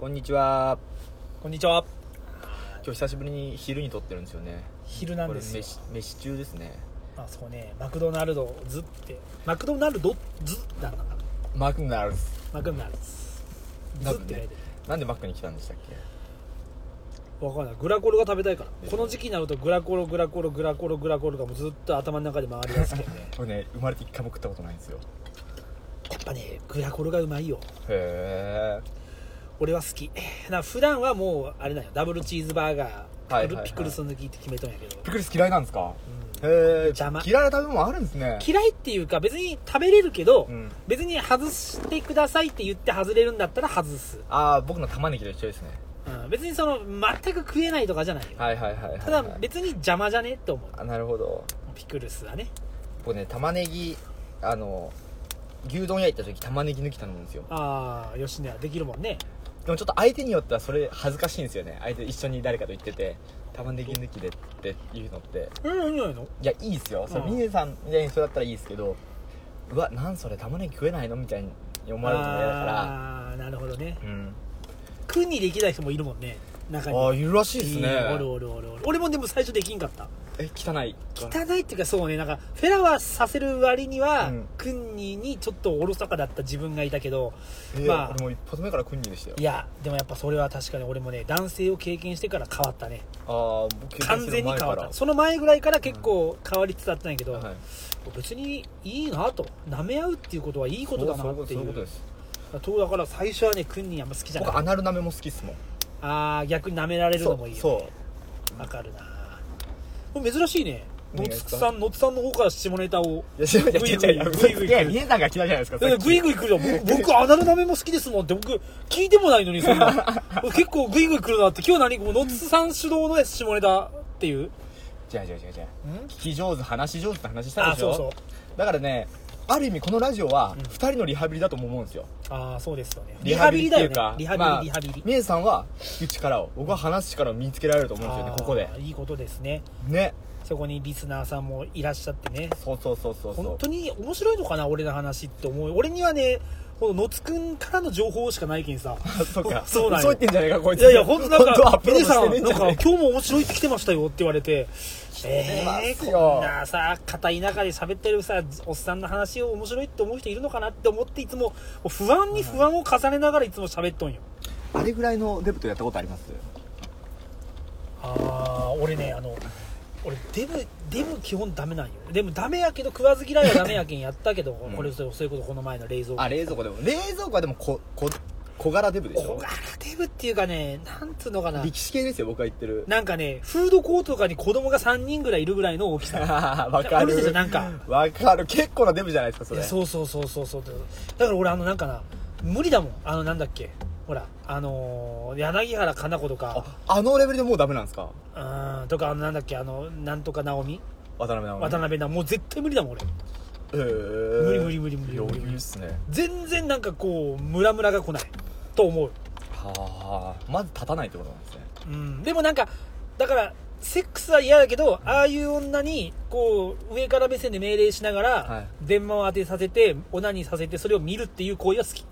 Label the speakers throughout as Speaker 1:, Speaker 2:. Speaker 1: こんにちは
Speaker 2: こんにちは。
Speaker 1: 今日久しぶりに昼に撮ってるんですよね
Speaker 2: 昼なんです
Speaker 1: これ
Speaker 2: よ。
Speaker 1: 飯飯中ですね
Speaker 2: あ、そうね。マクドナルドズって。マクドナルドズなんだな。
Speaker 1: マクナルズ
Speaker 2: マクドナルドズ。ズって書いて
Speaker 1: なんでマックに来たんでしたっけ
Speaker 2: る。わかんない。グラコロが食べたいから。この時期になるとグラコロ、グラコロ、グラコロ、グラコロがもうずっと頭の中で回り出すけど ね。
Speaker 1: これね生まれて一回も食ったことないんですよ
Speaker 2: やっぱね、グラコロがうまいよ。
Speaker 1: へ
Speaker 2: 俺は好き。な普段はもう、あれなんよ。ダブルチーズバーガー、
Speaker 1: はいはいはい
Speaker 2: ピクルス抜きって決めとんやけど。
Speaker 1: えピクルス嫌いなんですか
Speaker 2: うん
Speaker 1: へえ
Speaker 2: 邪魔
Speaker 1: 嫌いな食べ物あるんですね
Speaker 2: 嫌いっていうか別に食べれるけど、
Speaker 1: うん
Speaker 2: 別に外してくださいって言って外れるんだったら外す、
Speaker 1: ああ僕の玉ねぎと一緒ですね
Speaker 2: うん、別にその全く食えないとかじゃないよ、
Speaker 1: はいはいはいはい、はい、
Speaker 2: ただ別に邪魔じゃねって思う
Speaker 1: あなるほど
Speaker 2: ピクルスはね
Speaker 1: 僕ね玉ねぎあの牛丼屋行った時玉ねぎ抜き頼むんですよ
Speaker 2: ああ吉野家できるもんね
Speaker 1: でもちょっと相手によってはそれ恥ずかしいんですよね相手一緒に誰かと行ってて玉ねぎ抜きでっていうのって
Speaker 2: うんいいんじゃないの
Speaker 1: いやいいっすよそれ
Speaker 2: うん
Speaker 1: 峰さんみたいにそれだったらいいですけどうわなんそれ玉ねぎ食えないのみたいに思われるのも嫌だから
Speaker 2: ああーなるほどね
Speaker 1: うん
Speaker 2: 苦にできない人もいるもんね中に
Speaker 1: ああいるらしいですね
Speaker 2: うんおるおるおるおる俺もでも最初できんかった
Speaker 1: え汚い
Speaker 2: 汚いっていうかそうねなんかフェラはさせる割には、
Speaker 1: うん
Speaker 2: クンニーにちょっとおろそかだった自分がいたけど
Speaker 1: えー
Speaker 2: まあ
Speaker 1: 俺もう一発目からクンニーでしたよ
Speaker 2: いやでもやっぱそれは確かに俺もね男性を経験してから変わったね
Speaker 1: ああ僕経験
Speaker 2: 完
Speaker 1: する
Speaker 2: 全に
Speaker 1: 前
Speaker 2: 変
Speaker 1: か
Speaker 2: わ
Speaker 1: ら
Speaker 2: ったその前ぐらいから結構変わりつつあったんやけど、
Speaker 1: はい
Speaker 2: 別にいいなと舐め合うっていうことはいいことだな
Speaker 1: そう
Speaker 2: ってい
Speaker 1: そうういうことです
Speaker 2: そうだから最初はねクンニーあんま好きじゃない
Speaker 1: 僕アナル舐めも好きっすもん
Speaker 2: あー逆に舐められるのもいいよ
Speaker 1: そ
Speaker 2: わかるなこれ珍しいね
Speaker 1: お願
Speaker 2: 野
Speaker 1: いしま
Speaker 2: 津
Speaker 1: す
Speaker 2: さん野津さんの方から下ネタを
Speaker 1: ういやいや
Speaker 2: グ
Speaker 1: 違
Speaker 2: イ
Speaker 1: う
Speaker 2: グイ
Speaker 1: 違う
Speaker 2: グイグイ
Speaker 1: いや峰さんが嫌いじゃないですか
Speaker 2: いやい
Speaker 1: さ
Speaker 2: や
Speaker 1: っき
Speaker 2: グイグイ来るよ僕僕アナル舐めも好きですもんって僕聞いてもないのにそ んな結構グイグイ来るなって今日何この野津さん主導の下ネタっていう
Speaker 1: 違う違う違う違う聞き上手話し上手って話した
Speaker 2: あ
Speaker 1: でし
Speaker 2: そ
Speaker 1: ょ
Speaker 2: うそう
Speaker 1: だからねある意味このラジオは
Speaker 2: うん
Speaker 1: 2人のリハビリだとも思うんですよ
Speaker 2: ああそうですよねリハビリだよねリハビリ、リハビリ
Speaker 1: みえさんは聞く力を僕は話す力を身につけられると思うんですよね
Speaker 2: あー
Speaker 1: ここで
Speaker 2: いいことですね
Speaker 1: ね
Speaker 2: そこにリスナーさんもいらっしゃってね
Speaker 1: そうそうそうそうそ
Speaker 2: 本
Speaker 1: う
Speaker 2: 当に面白いのかな俺の話って思う俺にはねこの野津くんからの情報しかないけんさ
Speaker 1: そっか
Speaker 2: そうなんよ
Speaker 1: 嘘言ってんじゃねえかこいつ
Speaker 2: いやいや本当なん
Speaker 1: はア
Speaker 2: か
Speaker 1: ップロー
Speaker 2: 峰
Speaker 1: ドし
Speaker 2: さ
Speaker 1: て
Speaker 2: ん
Speaker 1: ねえ
Speaker 2: なん
Speaker 1: じ
Speaker 2: んか
Speaker 1: ゃねえ
Speaker 2: 今
Speaker 1: か
Speaker 2: 日も面白いって来てましたよって言われて
Speaker 1: てます
Speaker 2: え
Speaker 1: よ
Speaker 2: ー、こんなさ片田舎で喋ってるさおっさんの話を面白いって思う人いるのかなって思っていつももう不安に不安を重ねながらいつも喋っとんよ
Speaker 1: あれぐらいのデブとやったことあります
Speaker 2: ああ俺ねあの俺デブデブ基本ダメなんよでもダメやけど食わず嫌 いはダメやけんやったけど、
Speaker 1: ん
Speaker 2: これそれそれこそこの前の冷蔵庫
Speaker 1: あ冷蔵庫でも冷蔵庫はでもここ小柄デブでし
Speaker 2: 小
Speaker 1: ょ
Speaker 2: 柄デブっていうかねなんつうのかな
Speaker 1: 力士系ですよ僕が言ってる
Speaker 2: なんかねフードコートとかに子供が3人ぐらいいるぐらいの大きさ
Speaker 1: わか
Speaker 2: 俺た
Speaker 1: る
Speaker 2: ちなんか
Speaker 1: わかる結構なデブじゃないですかそ
Speaker 2: い
Speaker 1: れ
Speaker 2: やそうそうそうそうそうだから俺あのなんかな無理だもんあのなんだっけほらあのー柳原加奈子とか
Speaker 1: ああのレベルでもうダメなんですか
Speaker 2: うーんとかあのなんだっけあのなんとか直美
Speaker 1: 渡辺直美
Speaker 2: 渡辺なもう絶対無理だもん俺
Speaker 1: えー
Speaker 2: 無理無理無理無理無理
Speaker 1: 余裕っすね
Speaker 2: 全然なんかこうムラムラが来ないと思う、
Speaker 1: はあまず立たないってことなんですね
Speaker 2: うん、でもなんかだからセックスは嫌だけどああいう女にこう上から目線で命令しなが
Speaker 1: は
Speaker 2: ら
Speaker 1: い
Speaker 2: 電話を当てさせてオナニーさせてそれを見るっていう行為は好き、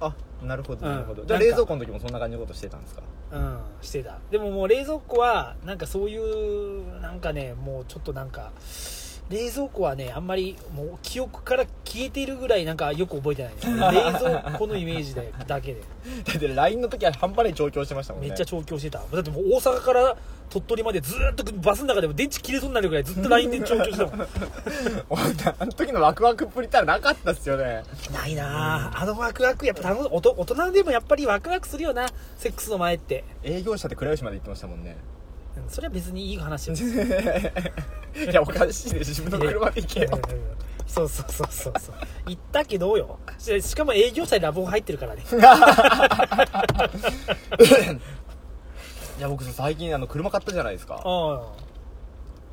Speaker 1: あなるほど
Speaker 2: うん
Speaker 1: なるほど、じゃあ
Speaker 2: なん
Speaker 1: 冷
Speaker 2: か
Speaker 1: 蔵庫の時もそんな感じのことしてたんですか
Speaker 2: うん、してたでももう冷蔵庫はなんかそういうなんかねもうちょっとなんか冷蔵庫はねあんまりもう記憶から消えているぐらいなんかよく覚えてない、ね、冷蔵庫のイメージ でだけで
Speaker 1: だって LINE の時は半端ない調教してましたもん
Speaker 2: め
Speaker 1: ね
Speaker 2: っちゃ調教してただってもう大阪から鳥取までずーっとバスの中でも電池切れそうになるぐらいずっと LINE で調教してたもん
Speaker 1: あの時のワクワクっぷりったらなかったっすよね
Speaker 2: ないなああのワクワクやっぱ楽しおと大人でもやっぱりワクワクするよなセックスの前って、
Speaker 1: 営業者で倉吉まで行ってましたも んね
Speaker 2: うん、それは別にいい話よ
Speaker 1: いやおかしいでしょ自分の車で行けよ
Speaker 2: そうそうそうそうそう行ったけどよししかも営業者にラボ入って るからね
Speaker 1: いや僕最近あの車買ったじゃないですか
Speaker 2: あ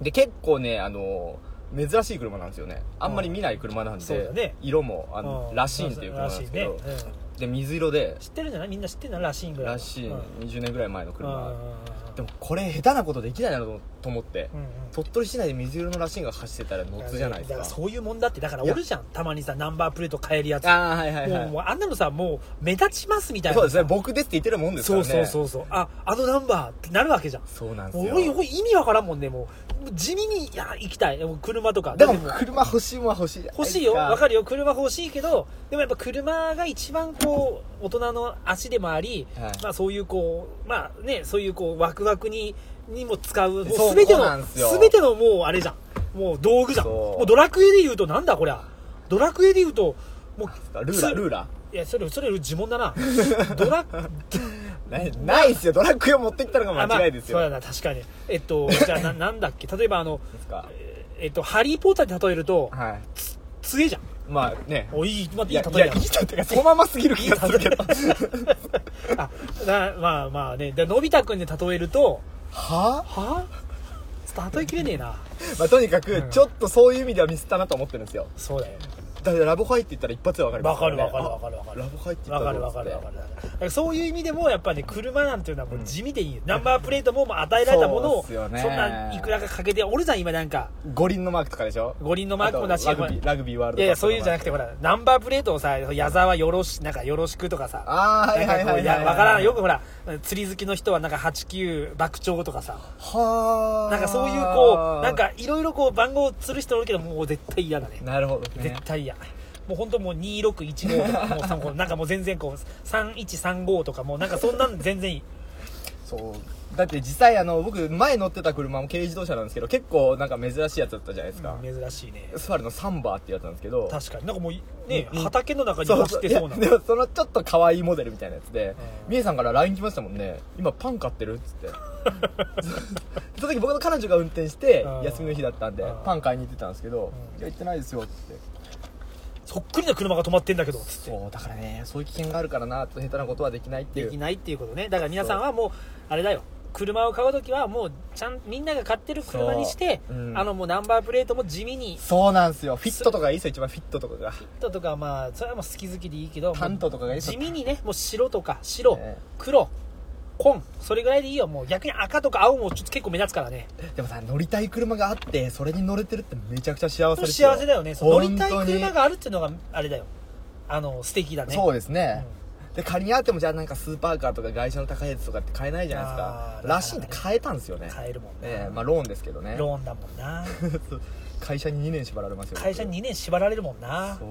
Speaker 1: で結構ねあの珍しい車なんですよねあんまり見ない車なん
Speaker 2: そう
Speaker 1: で、
Speaker 2: だね
Speaker 1: 色もあ
Speaker 2: あ
Speaker 1: のラシーンっていう車
Speaker 2: ら
Speaker 1: なん
Speaker 2: し
Speaker 1: で
Speaker 2: い
Speaker 1: すけ
Speaker 2: ね
Speaker 1: ど、
Speaker 2: う
Speaker 1: で水色で
Speaker 2: 知ってるんじゃないみんな知ってるのらしいぐらいは
Speaker 1: らしい、
Speaker 2: うん
Speaker 1: 20年ぐらい前の
Speaker 2: うん
Speaker 1: 車
Speaker 2: うんうん
Speaker 1: でもこれ下手なことできないなとと思って、
Speaker 2: うんうん
Speaker 1: 鳥取市内で水色のラシンが走ってたら乗つじゃないです
Speaker 2: だ
Speaker 1: から
Speaker 2: そういうもんだってだからおるじゃんたまにさナンバープレート変えるやつ、
Speaker 1: ああはいはい
Speaker 2: もうも
Speaker 1: は
Speaker 2: うあんなのさもう目立ちますみたい
Speaker 1: い
Speaker 2: な
Speaker 1: そうですね僕ですって言ってるもんですか
Speaker 2: そ
Speaker 1: ら
Speaker 2: う
Speaker 1: ね
Speaker 2: そうそうそうああのナンバーってなるわけじゃん
Speaker 1: そうなんです
Speaker 2: もう
Speaker 1: よ
Speaker 2: おい意味わからんもんねもうもう地味にいや行きたいもう車とか
Speaker 1: でも
Speaker 2: だってう
Speaker 1: 車欲しいもんは欲しい
Speaker 2: 欲しいよわか
Speaker 1: る
Speaker 2: るよ車欲しいけどでもやっぱ車が一番こう大人の足でもあり、
Speaker 1: はい
Speaker 2: まあそういうこうまあねそういうこうワクワクににも使うもう
Speaker 1: そう
Speaker 2: 全て
Speaker 1: そうなん
Speaker 2: の
Speaker 1: ですよ
Speaker 2: 全てのもうあれじゃんもう道具じゃん
Speaker 1: そう
Speaker 2: もうドラクエで言うとなんだこりゃドラクエで言うともう
Speaker 1: ルーラールー
Speaker 2: ラ
Speaker 1: ラ
Speaker 2: いやそれそれ呪文 だなドラ
Speaker 1: ーないないっすよドラッグを持ってきたのが
Speaker 2: あまあ
Speaker 1: 間違いですよ、
Speaker 2: そうだな確かにえっとじゃあななんだっけ例えばあの
Speaker 1: ですか
Speaker 2: えっとハリー・ポッターに例えると
Speaker 1: はい
Speaker 2: 杖じゃん
Speaker 1: まあね
Speaker 2: おいい、まあ、いい
Speaker 1: い
Speaker 2: 例
Speaker 1: や
Speaker 2: え
Speaker 1: い
Speaker 2: だ
Speaker 1: やい
Speaker 2: よ
Speaker 1: い人ってかそのまますぎる気がするけど
Speaker 2: あなまあまあねでのび太くんで例えると
Speaker 1: は
Speaker 2: はちょっと例えきれねえな
Speaker 1: まあとにかくちょっとそういう意味ではミスったなと思ってるんですよ
Speaker 2: そうだよ
Speaker 1: だってラボハイって言ったら一発でわかりま
Speaker 2: わ
Speaker 1: す
Speaker 2: からる
Speaker 1: ね
Speaker 2: わかるわかるわかる
Speaker 1: ラボハイって言っ
Speaker 2: わ
Speaker 1: た
Speaker 2: からる
Speaker 1: どう
Speaker 2: わ
Speaker 1: っつ
Speaker 2: か
Speaker 1: って
Speaker 2: るわかるだからそういう意味でもやっぱね車なんていうのはもう地味でいいよ、ナンバープレートももう与えられたもの
Speaker 1: そうっ
Speaker 2: をそ
Speaker 1: す
Speaker 2: ん
Speaker 1: よね
Speaker 2: ないくらかかけておるじゃん今なんか
Speaker 1: 五輪のマークとかでしょ
Speaker 2: 五輪のマークもだし
Speaker 1: あとラグビーラグビーワールドカップ
Speaker 2: いやいやそういうんじゃなく
Speaker 1: て
Speaker 2: てほらナンバープレートをさ矢沢よろしなんかよろしくとかさ
Speaker 1: ああはいはい
Speaker 2: なんか
Speaker 1: は
Speaker 2: こ
Speaker 1: いうは
Speaker 2: や
Speaker 1: い
Speaker 2: わからんよくほら釣り好きの人はなんか89爆鳥とかさ
Speaker 1: はあ
Speaker 2: なんかそういうこうなんかいろいろこう番号釣る人おるけどもう絶対嫌だね
Speaker 1: なるほどね
Speaker 2: 絶対嫌もう本当もう2615とかもうそのなんかもう全然こう3135とかもうなんかそんなん全然いい
Speaker 1: そうだって実際あの僕前乗ってた車も軽自動車なんですけど結構なんか珍しいやつだったじゃないですか、
Speaker 2: 珍しいね
Speaker 1: スバルのサンバーってやつなんですけど
Speaker 2: 確かになんかもうね
Speaker 1: うん
Speaker 2: 畑の中に走ってそうない
Speaker 1: やでもそのちょっと可愛いモデルみたいなやつで
Speaker 2: うん
Speaker 1: みえさんから LINE 来ましたもんね今パン買ってるっつって その時僕の彼女が運転して
Speaker 2: うん
Speaker 1: 休みの日だったんで
Speaker 2: うん
Speaker 1: パン買いに行ってたんですけど
Speaker 2: うん
Speaker 1: いや行ってないですよっつって
Speaker 2: そっくりな車が止まってんだけどつって
Speaker 1: そうだからねそういう危険があるからなと下手なことはできないってい
Speaker 2: で
Speaker 1: う
Speaker 2: きないっていうことねだから皆さんはもうあれだよ車を買うときはもうちゃんみんなが買ってる車にして、
Speaker 1: そううん
Speaker 2: あのもうナンバープレートも地味に
Speaker 1: そうなんですよフィットとかがいいですよ一番フィットとかが
Speaker 2: ピットとかまあそれはもう好き好きでいいけど
Speaker 1: パントとかがいいです
Speaker 2: 地
Speaker 1: よ
Speaker 2: 味にねもう白とか白、
Speaker 1: ね
Speaker 2: 黒紺それぐらいでいいよもう逆に赤とか青もちょっと結構目立つからね
Speaker 1: でもさ乗りたい車があってそれに乗れてるってめちゃくちゃ幸せですよ
Speaker 2: 幸せだよねそう乗
Speaker 1: 本当
Speaker 2: り
Speaker 1: に
Speaker 2: たい車があるっていうのがあれだよあの素敵だね
Speaker 1: そうですね、
Speaker 2: う
Speaker 1: で仮にあってもじゃあなんかスーパーカーとか外車の高いやつとかって買えないじゃないです
Speaker 2: あ
Speaker 1: か
Speaker 2: ー
Speaker 1: らしいんで買えたんですよね
Speaker 2: 買えるもんね、
Speaker 1: ええまあローンですけどね
Speaker 2: ローンだもんな
Speaker 1: 会社に2年縛られますよ
Speaker 2: 会社に2年縛られるもんな
Speaker 1: そ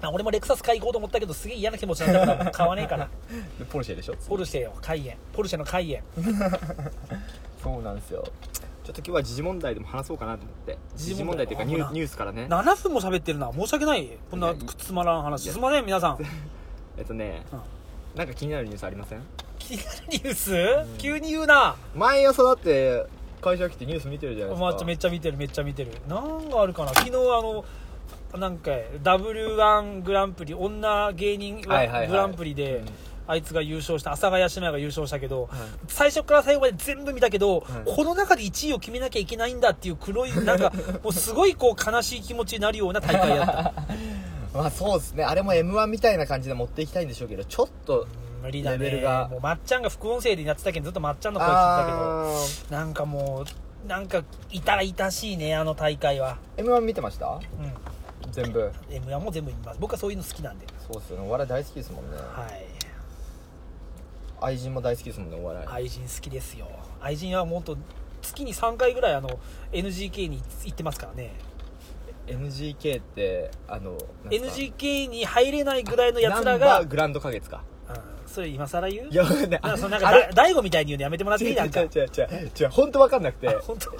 Speaker 2: まあ俺もレクサス買い行こうと思ったけどすげえ嫌な気持ちになったから買わねえから
Speaker 1: うでポルシェでしょ
Speaker 2: ポルシェよカイエンポルシェのカイエン
Speaker 1: そうなんですよちょっと今日は時事問題でも話そうかなと思って
Speaker 2: 時
Speaker 1: 時
Speaker 2: 事
Speaker 1: 事
Speaker 2: 問
Speaker 1: 問
Speaker 2: 題
Speaker 1: 題っていうかニュ
Speaker 2: あほら
Speaker 1: ーニュースからね
Speaker 2: 7分も喋ってるな申し訳ないこんない
Speaker 1: やい
Speaker 2: つまらん話
Speaker 1: いや
Speaker 2: すまねん 皆さん
Speaker 1: えっとね、
Speaker 2: うん
Speaker 1: なんか気になるニュースありません
Speaker 2: 気になるニュース、急に言うな
Speaker 1: 毎朝だって会社来てニュース見てるじゃないです
Speaker 2: ま
Speaker 1: か、
Speaker 2: あ、めっちゃ見てるめっちゃ見てる何があるかな昨日あのなんか W1 グランプリ女芸人
Speaker 1: はいはいはい
Speaker 2: グランプリで、
Speaker 1: うん
Speaker 2: あいつが優勝した阿佐ヶ谷姉妹が優勝したけど、
Speaker 1: はい
Speaker 2: 最初から最後まで全部見たけ
Speaker 1: は
Speaker 2: ど、
Speaker 1: い
Speaker 2: この中で1位を決めなきゃいけないんだっていう黒いな んかもうすごいこう悲しい気持ちになるような大会だった
Speaker 1: まあそうですねあれも m 1みたいな感じで持っていきたいんでしょうけどちょっと
Speaker 2: 無理だね
Speaker 1: レベルが
Speaker 2: もうまっちゃんが副音声でやってたけどずっとまっちゃんの声聞いたけど
Speaker 1: あ
Speaker 2: なんかもうなんかいたらいたしいねあの大会は
Speaker 1: ー m 1見てました
Speaker 2: うん
Speaker 1: 全部
Speaker 2: M1 も全部見ます僕はそういうの好きなんで
Speaker 1: そうっすよねお笑い大好きですもんね
Speaker 2: はい
Speaker 1: 愛人も大好きですもんねお笑い
Speaker 2: 愛人好きですよ愛人はもうほんと月に3回ぐらいあの NGK に行ってますからね
Speaker 1: NGK ってあのなんすか
Speaker 2: NGK に入れないぐらいのやつ
Speaker 1: ナ
Speaker 2: らが、
Speaker 1: ンバーグランド花月か
Speaker 2: うんそれ今更言う
Speaker 1: いやわかんない
Speaker 2: なんかそのなん
Speaker 1: あ
Speaker 2: か
Speaker 1: れ
Speaker 2: だ大悟みたいに言うのやめてもらってい
Speaker 1: 違う違
Speaker 2: いなんか
Speaker 1: う違う違う違う本当わかんなくて
Speaker 2: あ本当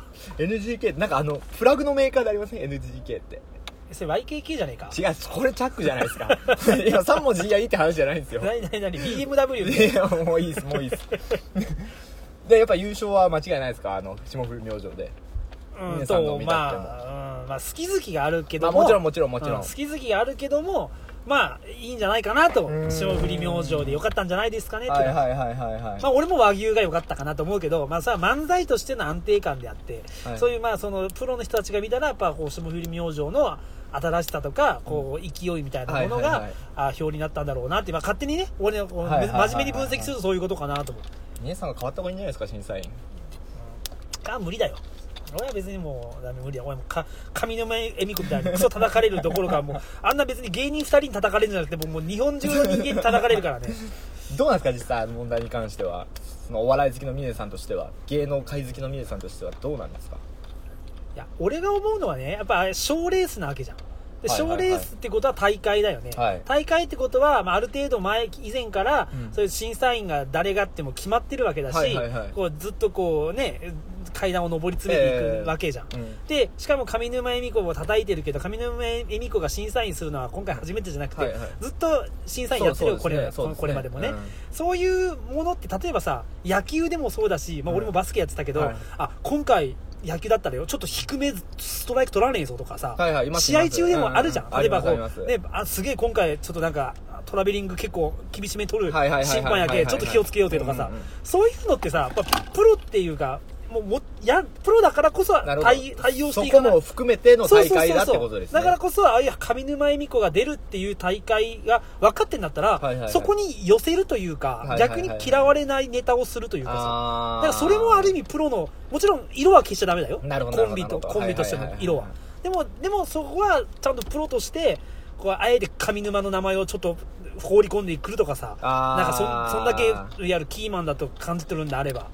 Speaker 1: NGK ってなんかあのフラグのメーカーでありません NGK って
Speaker 2: それ YKK じゃねえか
Speaker 1: 違うこれチャックじゃないですか いや3文字いやいいって話じゃないんですよ
Speaker 2: 何何何 BMW ね
Speaker 1: いやもういいですもういいですでやっぱ優勝は間違いないですかあの霜降り明星で
Speaker 2: うん
Speaker 1: 皆さんの
Speaker 2: と
Speaker 1: 見たくても
Speaker 2: まあ、うんまあ、好き好きがあるけ
Speaker 1: ま
Speaker 2: ど
Speaker 1: あ
Speaker 2: も、
Speaker 1: もちろんもちろんもち
Speaker 2: う
Speaker 1: ろん
Speaker 2: 好き好きがあるけどもまあいいんじゃないかなと
Speaker 1: うん
Speaker 2: 霜降り明星でよかったんじゃないですかねって
Speaker 1: はいはいはいはいはい
Speaker 2: まあ、俺も和牛が良かったかなと思うけど、まあ、さ漫才としての安定感であって、
Speaker 1: はい
Speaker 2: そういうまあそのプロの人たちが見たらやっぱこう霜降り明星の新しさとかこう勢いみたいなもの
Speaker 1: はいはいは
Speaker 2: が
Speaker 1: い
Speaker 2: あ票になったんだろうなって、まあ、勝手にね俺のこう
Speaker 1: はいはいはいはい
Speaker 2: 真面目に分析するとそういうことかなと思う
Speaker 1: 姉さんが変わった方がいいんじゃないですか審査員
Speaker 2: あ無理だよ俺は別にもうダメ無理だ俺もか上沼恵美子みたいにクソ叩かれるどころかもうあんな別に芸人2人に叩かれるんじゃなくてもうもう日本中の人間に叩かれ るからね
Speaker 1: どうなんですか実際あの問題に関してはそのお笑い好きの峰さんとしては芸能界好きの峰さんとしてはどうなんですか
Speaker 2: いや俺が思うのはねやっぱ賞レースなわけじゃんで
Speaker 1: はいはい
Speaker 2: 賞
Speaker 1: はい
Speaker 2: レースってことは大会だよね、
Speaker 1: はい
Speaker 2: 大会ってことは、まあ、ある程度前以前から、
Speaker 1: うん
Speaker 2: そういう審査員が誰がっても決まってるわけだし、
Speaker 1: はいはいはい
Speaker 2: こうずっとこうね階段を上り詰めてい
Speaker 1: えー
Speaker 2: くわけじゃん、
Speaker 1: うん
Speaker 2: でしかも上沼恵美子も叩いてるけど上沼恵美子が審査員するのは今回初めてじゃなくて、
Speaker 1: はいはい
Speaker 2: ずっと審査員やってるよ、
Speaker 1: そ
Speaker 2: こ
Speaker 1: う
Speaker 2: れ
Speaker 1: そうですね
Speaker 2: このこれまでもね、
Speaker 1: そうですね
Speaker 2: そういうものって例えばさ野球でもそうだし、まあ、
Speaker 1: うん
Speaker 2: 俺もバスケやってたけど、
Speaker 1: はい
Speaker 2: あ今回野球だったらよちょっと低めストライク取らねえぞとかさ、
Speaker 1: はいはいいます
Speaker 2: 試合中でもあるじゃん、
Speaker 1: うんうん
Speaker 2: 例えばこ
Speaker 1: ありますあ
Speaker 2: う、
Speaker 1: り
Speaker 2: ね、あすげえ今回ちょっとなんかトラベリング結構厳しめに取る
Speaker 1: はいはいはいはい
Speaker 2: 審判やけちょっと気をつけようぜとかさ、
Speaker 1: うんうんうん
Speaker 2: そういうのってさやっぱプロっていうかもうもやプロだからこそ
Speaker 1: なるほど
Speaker 2: 対対応して
Speaker 1: そ
Speaker 2: いか
Speaker 1: こ
Speaker 2: ない
Speaker 1: も含めての大会だってことですね
Speaker 2: だからこそああいう上沼恵美子が出るっていう大会が分かってんだったら、
Speaker 1: はいはいはい
Speaker 2: そこに寄せるというか、
Speaker 1: はいはいはい
Speaker 2: 逆に嫌われないネタをするというかさ
Speaker 1: あー
Speaker 2: だからそれもある意味プロのもちろん色は消しちゃダメだよ
Speaker 1: なるほど
Speaker 2: コンビと
Speaker 1: なるほど
Speaker 2: コンビとして
Speaker 1: はい
Speaker 2: の
Speaker 1: はいはい
Speaker 2: 色はでもでもそこはちゃんとプロとしてこうあえて上沼の名前をちょっと放り込んでくるとかさ
Speaker 1: あー
Speaker 2: なんかそんそんだけやるキーマンだと感じてるんであれば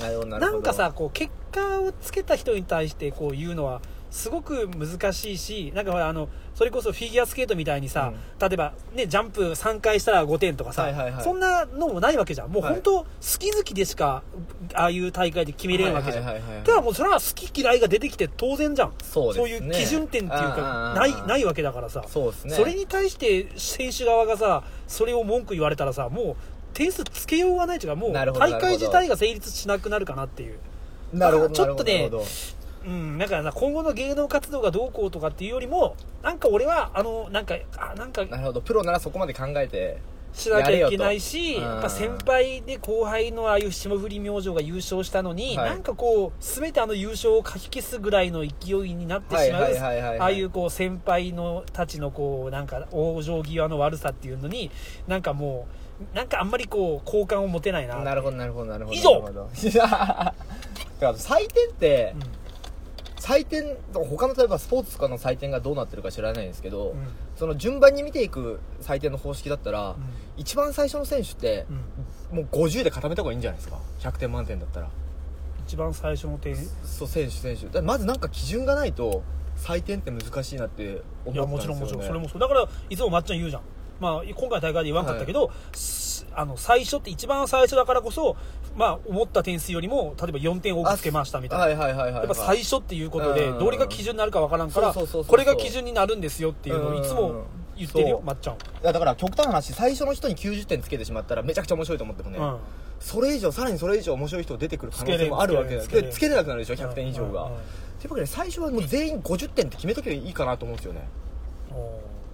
Speaker 1: なるほどなる
Speaker 2: な
Speaker 1: ほど
Speaker 2: んかさこう結果をつけた人に対してこう言うのはすごく難しいしなんかほらあのそれこそフィギュアスケートみたいにさ、例えば、ね、ジャンプ3回したら5点とかさ、
Speaker 1: はいはいはい
Speaker 2: そんなのもないわけじゃんもう
Speaker 1: はい
Speaker 2: 本当、好き好きでしかああいう大会で決めれないわけじゃん、
Speaker 1: はいはいはいはい
Speaker 2: だからもうそれは好き嫌いが出てきて当然じゃん
Speaker 1: そうですね
Speaker 2: いう基準点っていう
Speaker 1: あ
Speaker 2: か
Speaker 1: ー
Speaker 2: ないないわけだからさ
Speaker 1: そうですね
Speaker 2: それに対して選手側がさそれを文句言われたらさもう点数つけようがないというかもう
Speaker 1: なるほどな
Speaker 2: 大
Speaker 1: るほど
Speaker 2: 会自体が成立しなくなるかなっていう。
Speaker 1: なるほど
Speaker 2: ちょっとね
Speaker 1: なるほど
Speaker 2: うん、なんかな今後の芸能活動がどうこうとかっていうよりもなんか俺はあのなんかあなんか
Speaker 1: なるほどプロならそこまで考えて
Speaker 2: しなきゃいけない
Speaker 1: や
Speaker 2: し
Speaker 1: れよとうん
Speaker 2: やっぱ先輩で後輩のああいう霜降り明星が優勝したのに、
Speaker 1: はい
Speaker 2: なんかこう全てあの優勝をかき消すぐらいの勢いになって
Speaker 1: はい
Speaker 2: しまう、
Speaker 1: はいはいはいはい
Speaker 2: ああいうこう先輩のたちのこうなんか往生際の悪さっていうのになんかもうなんかあんまりこう好感を持てないな
Speaker 1: なるほどなるほどなるほど
Speaker 2: 以上
Speaker 1: なるほど いやだから採点って
Speaker 2: うん
Speaker 1: 採点他の例えばスポーツとかの採点がどうなってるか知らないんですけど、
Speaker 2: うん
Speaker 1: その順番に見ていく採点の方式だったら、
Speaker 2: ん
Speaker 1: 一番最初の選手って
Speaker 2: う、ん
Speaker 1: もう50で固めた方がいいんじゃないですか100点満点だったら
Speaker 2: 一番最初の点
Speaker 1: そう選手選手だからまずなんか基準がないと採点って難しいなって思ったんですよ、ね、
Speaker 2: いやもちろんもちろんそれもそうだからいつもまっちゃん言うじゃんまあ今回の大会で言わんかったけど、すあの最初って一番最初だからこそまあ思った点数よりも例えば4点多くつけましたみたいな、
Speaker 1: はいはいはいはい、はい、
Speaker 2: やっぱ最初っていうことで
Speaker 1: うん
Speaker 2: どれが基準になるかわからんから
Speaker 1: そうそうそうそう
Speaker 2: これが基準になるんですよっていうのをいつも言ってる
Speaker 1: う
Speaker 2: よ
Speaker 1: ん
Speaker 2: まっちゃん、
Speaker 1: いやだから極端な話最初の人に90点つけてしまったらめちゃくちゃ面白いと思ってもね、
Speaker 2: うん
Speaker 1: それ以上さらにそれ以上面白い人出てくる可能性もあるわけだよ
Speaker 2: つけれん
Speaker 1: で
Speaker 2: つ
Speaker 1: つ
Speaker 2: け
Speaker 1: けれなくなるでしょ100点以上が、
Speaker 2: うんうんうん
Speaker 1: っていうわけで最初はもう全員50点って決めとけばいいかなと思うんですよね
Speaker 2: おー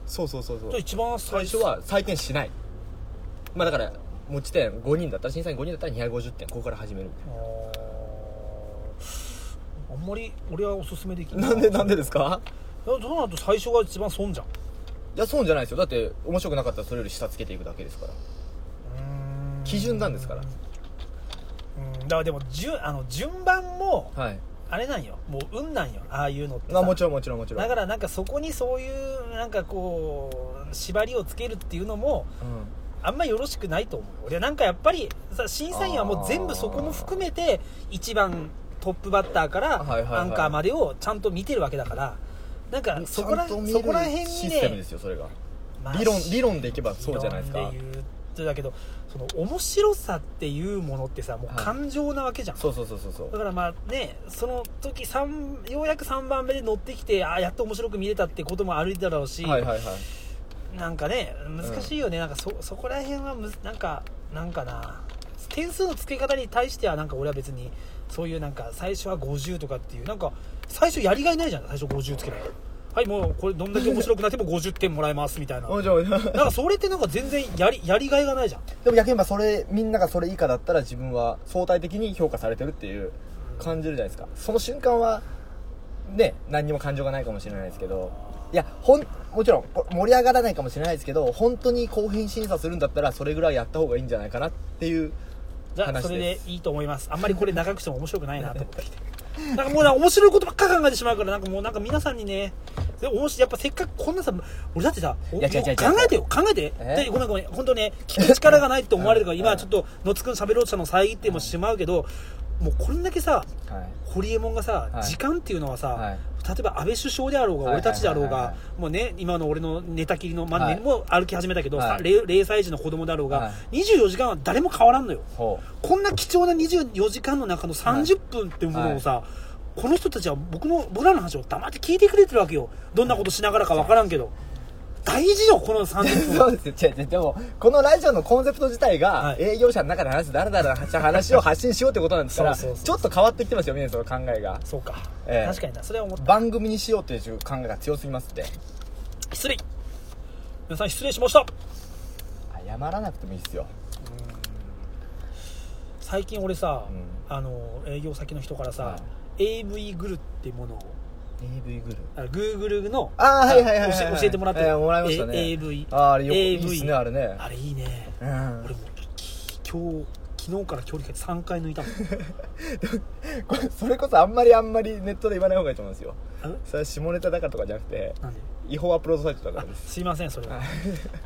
Speaker 1: そうそうそうそ
Speaker 2: じゃあ
Speaker 1: う
Speaker 2: 一番最
Speaker 1: 最初は採点しないまあだから持ち点5人だったら審査員5人だったら250点ここから始めるみたい
Speaker 2: あーあんまり俺はおすすめでき
Speaker 1: ななんで
Speaker 2: な
Speaker 1: なんでですか
Speaker 2: そうなると最初が一番損じゃん
Speaker 1: いやそうじゃないですよだって面白くなかったらそれより下つけていくだけですから基準なんですから
Speaker 2: うんだからでも順あの順番も
Speaker 1: はい
Speaker 2: あれなんよもう運なんよああいうのってさ
Speaker 1: まあもちろんもちろんもちろん
Speaker 2: だからなんかそこにそういうなんかこう縛りをつけるっていうのも
Speaker 1: うん
Speaker 2: あんまよろしくないと思う俺なんかやっぱりさ審査員はもう全部そこも含めて1番トップバッターか
Speaker 1: はいはいは
Speaker 2: ら
Speaker 1: い
Speaker 2: アンカーまでをちゃんと見てるわけだからなんかそこら
Speaker 1: ちゃんと見る
Speaker 2: そこら辺に
Speaker 1: システム
Speaker 2: ね
Speaker 1: ですよそれが
Speaker 2: まあ
Speaker 1: 理論理論でいけばそうじゃないですか
Speaker 2: 理論で言うとだけどその面白さっていうものってさもう
Speaker 1: はい
Speaker 2: 感情なわけじゃん、
Speaker 1: そうそうそうそうそう
Speaker 2: だからまあねその時三ようやく3番目で乗ってきてあーやっと面白く見れたってこともあるだろうし、
Speaker 1: はいはいはい
Speaker 2: なんかね難しいよね、なんかそそこら辺はむずなんかなんかな点数の付け方に対してはなんか俺は別にそういうなんか最初は50とかっていうなんか最初やりがいないじゃん最初50つけないはいもうこれどんだけ面白くなっても50点もらえますみたい な
Speaker 1: おじゃおじゃで
Speaker 2: なんかそれってなんか全然やりやりがいがないじゃん
Speaker 1: も逆に言えばそれみんながそれ以下だったら自分は相対的に評価されてるっていう感じるじゃないですかその瞬間はね何にも感情がないかもしれないですけどいやほんもちろんこ盛り上がらないかもしれないですけど本当に公平審査するんだったらそれぐらいやった方がいいんじゃないかなっていう
Speaker 2: じゃあ
Speaker 1: 話
Speaker 2: それで
Speaker 1: です
Speaker 2: いいと思いますあんまりこれ長くしても面白くないなと思ってきてなんかもうな面白いことばっか考えてしまうからなんかもうなんか皆さんにねで面白いやっぱせっかくこんなさ俺だってさお
Speaker 1: いや違う
Speaker 2: もう
Speaker 1: 違う違う
Speaker 2: 考えてよ考えて
Speaker 1: え
Speaker 2: でごめんごめん本当ね聞く力がないって思われるから
Speaker 1: うん
Speaker 2: 今ちょっとのつくん喋ろうとしたの遮ってもしまうけどもうこれだけさ
Speaker 1: はい
Speaker 2: ホリエモンがさ、
Speaker 1: はい
Speaker 2: 時間っていうのはさ、
Speaker 1: はい
Speaker 2: 例えば安倍首相であろうが、
Speaker 1: はい
Speaker 2: 俺たちであろう
Speaker 1: はいはい
Speaker 2: が
Speaker 1: は、
Speaker 2: もうね、今の俺の寝たきりの、まあ
Speaker 1: はい
Speaker 2: ねもう歩き始めたけど、
Speaker 1: はい
Speaker 2: さ0 0歳児の子供であろうが、
Speaker 1: は
Speaker 2: 24時間は誰も変わらんのよ、
Speaker 1: ほ
Speaker 2: こんな貴重な24時間の中の30分っていうものをさ、この人たちは僕の僕らの話を黙って聞いてくれてるわけよ、どんなことしながらか分からんけど、大事よ、この
Speaker 1: う
Speaker 2: 30 分
Speaker 1: そ。うですよ違う違うでもこのラジオのコンセプト自体
Speaker 2: は
Speaker 1: が
Speaker 2: い
Speaker 1: 営業者の中で話すだらだらした話を発信しようってことなんですからち
Speaker 2: そうそうそう
Speaker 1: ょっと変わってきてますよ皆さんの考えが
Speaker 2: そうか、
Speaker 1: ええ
Speaker 2: 確かにな、それは思った。
Speaker 1: 番組にしようっていう考えが強すぎますって
Speaker 2: 失礼。皆さん、失礼しました。
Speaker 1: 謝らなくてもいいですよ
Speaker 2: 最近俺さ、
Speaker 1: うん
Speaker 2: あの営業先の人からさ、
Speaker 1: は
Speaker 2: AV グルっていうものを
Speaker 1: AV グル
Speaker 2: あ Google の
Speaker 1: あーはいはいはいはい
Speaker 2: 教え教えてもらって、
Speaker 1: えーもらいましたね
Speaker 2: A- AV
Speaker 1: あーあれよく
Speaker 2: AV
Speaker 1: いいっすねあれね
Speaker 2: あれいいね
Speaker 1: うん
Speaker 2: 俺もうき今日昨日から距離が3回抜 いたもん
Speaker 1: これそれこそあんまりあんまりネットで言わない方がいいと思うんですよ
Speaker 2: あ
Speaker 1: それは下ネタだからとかじゃなくて
Speaker 2: なんで
Speaker 1: 違法アップロードサイトだからです
Speaker 2: すいませんそれは
Speaker 1: は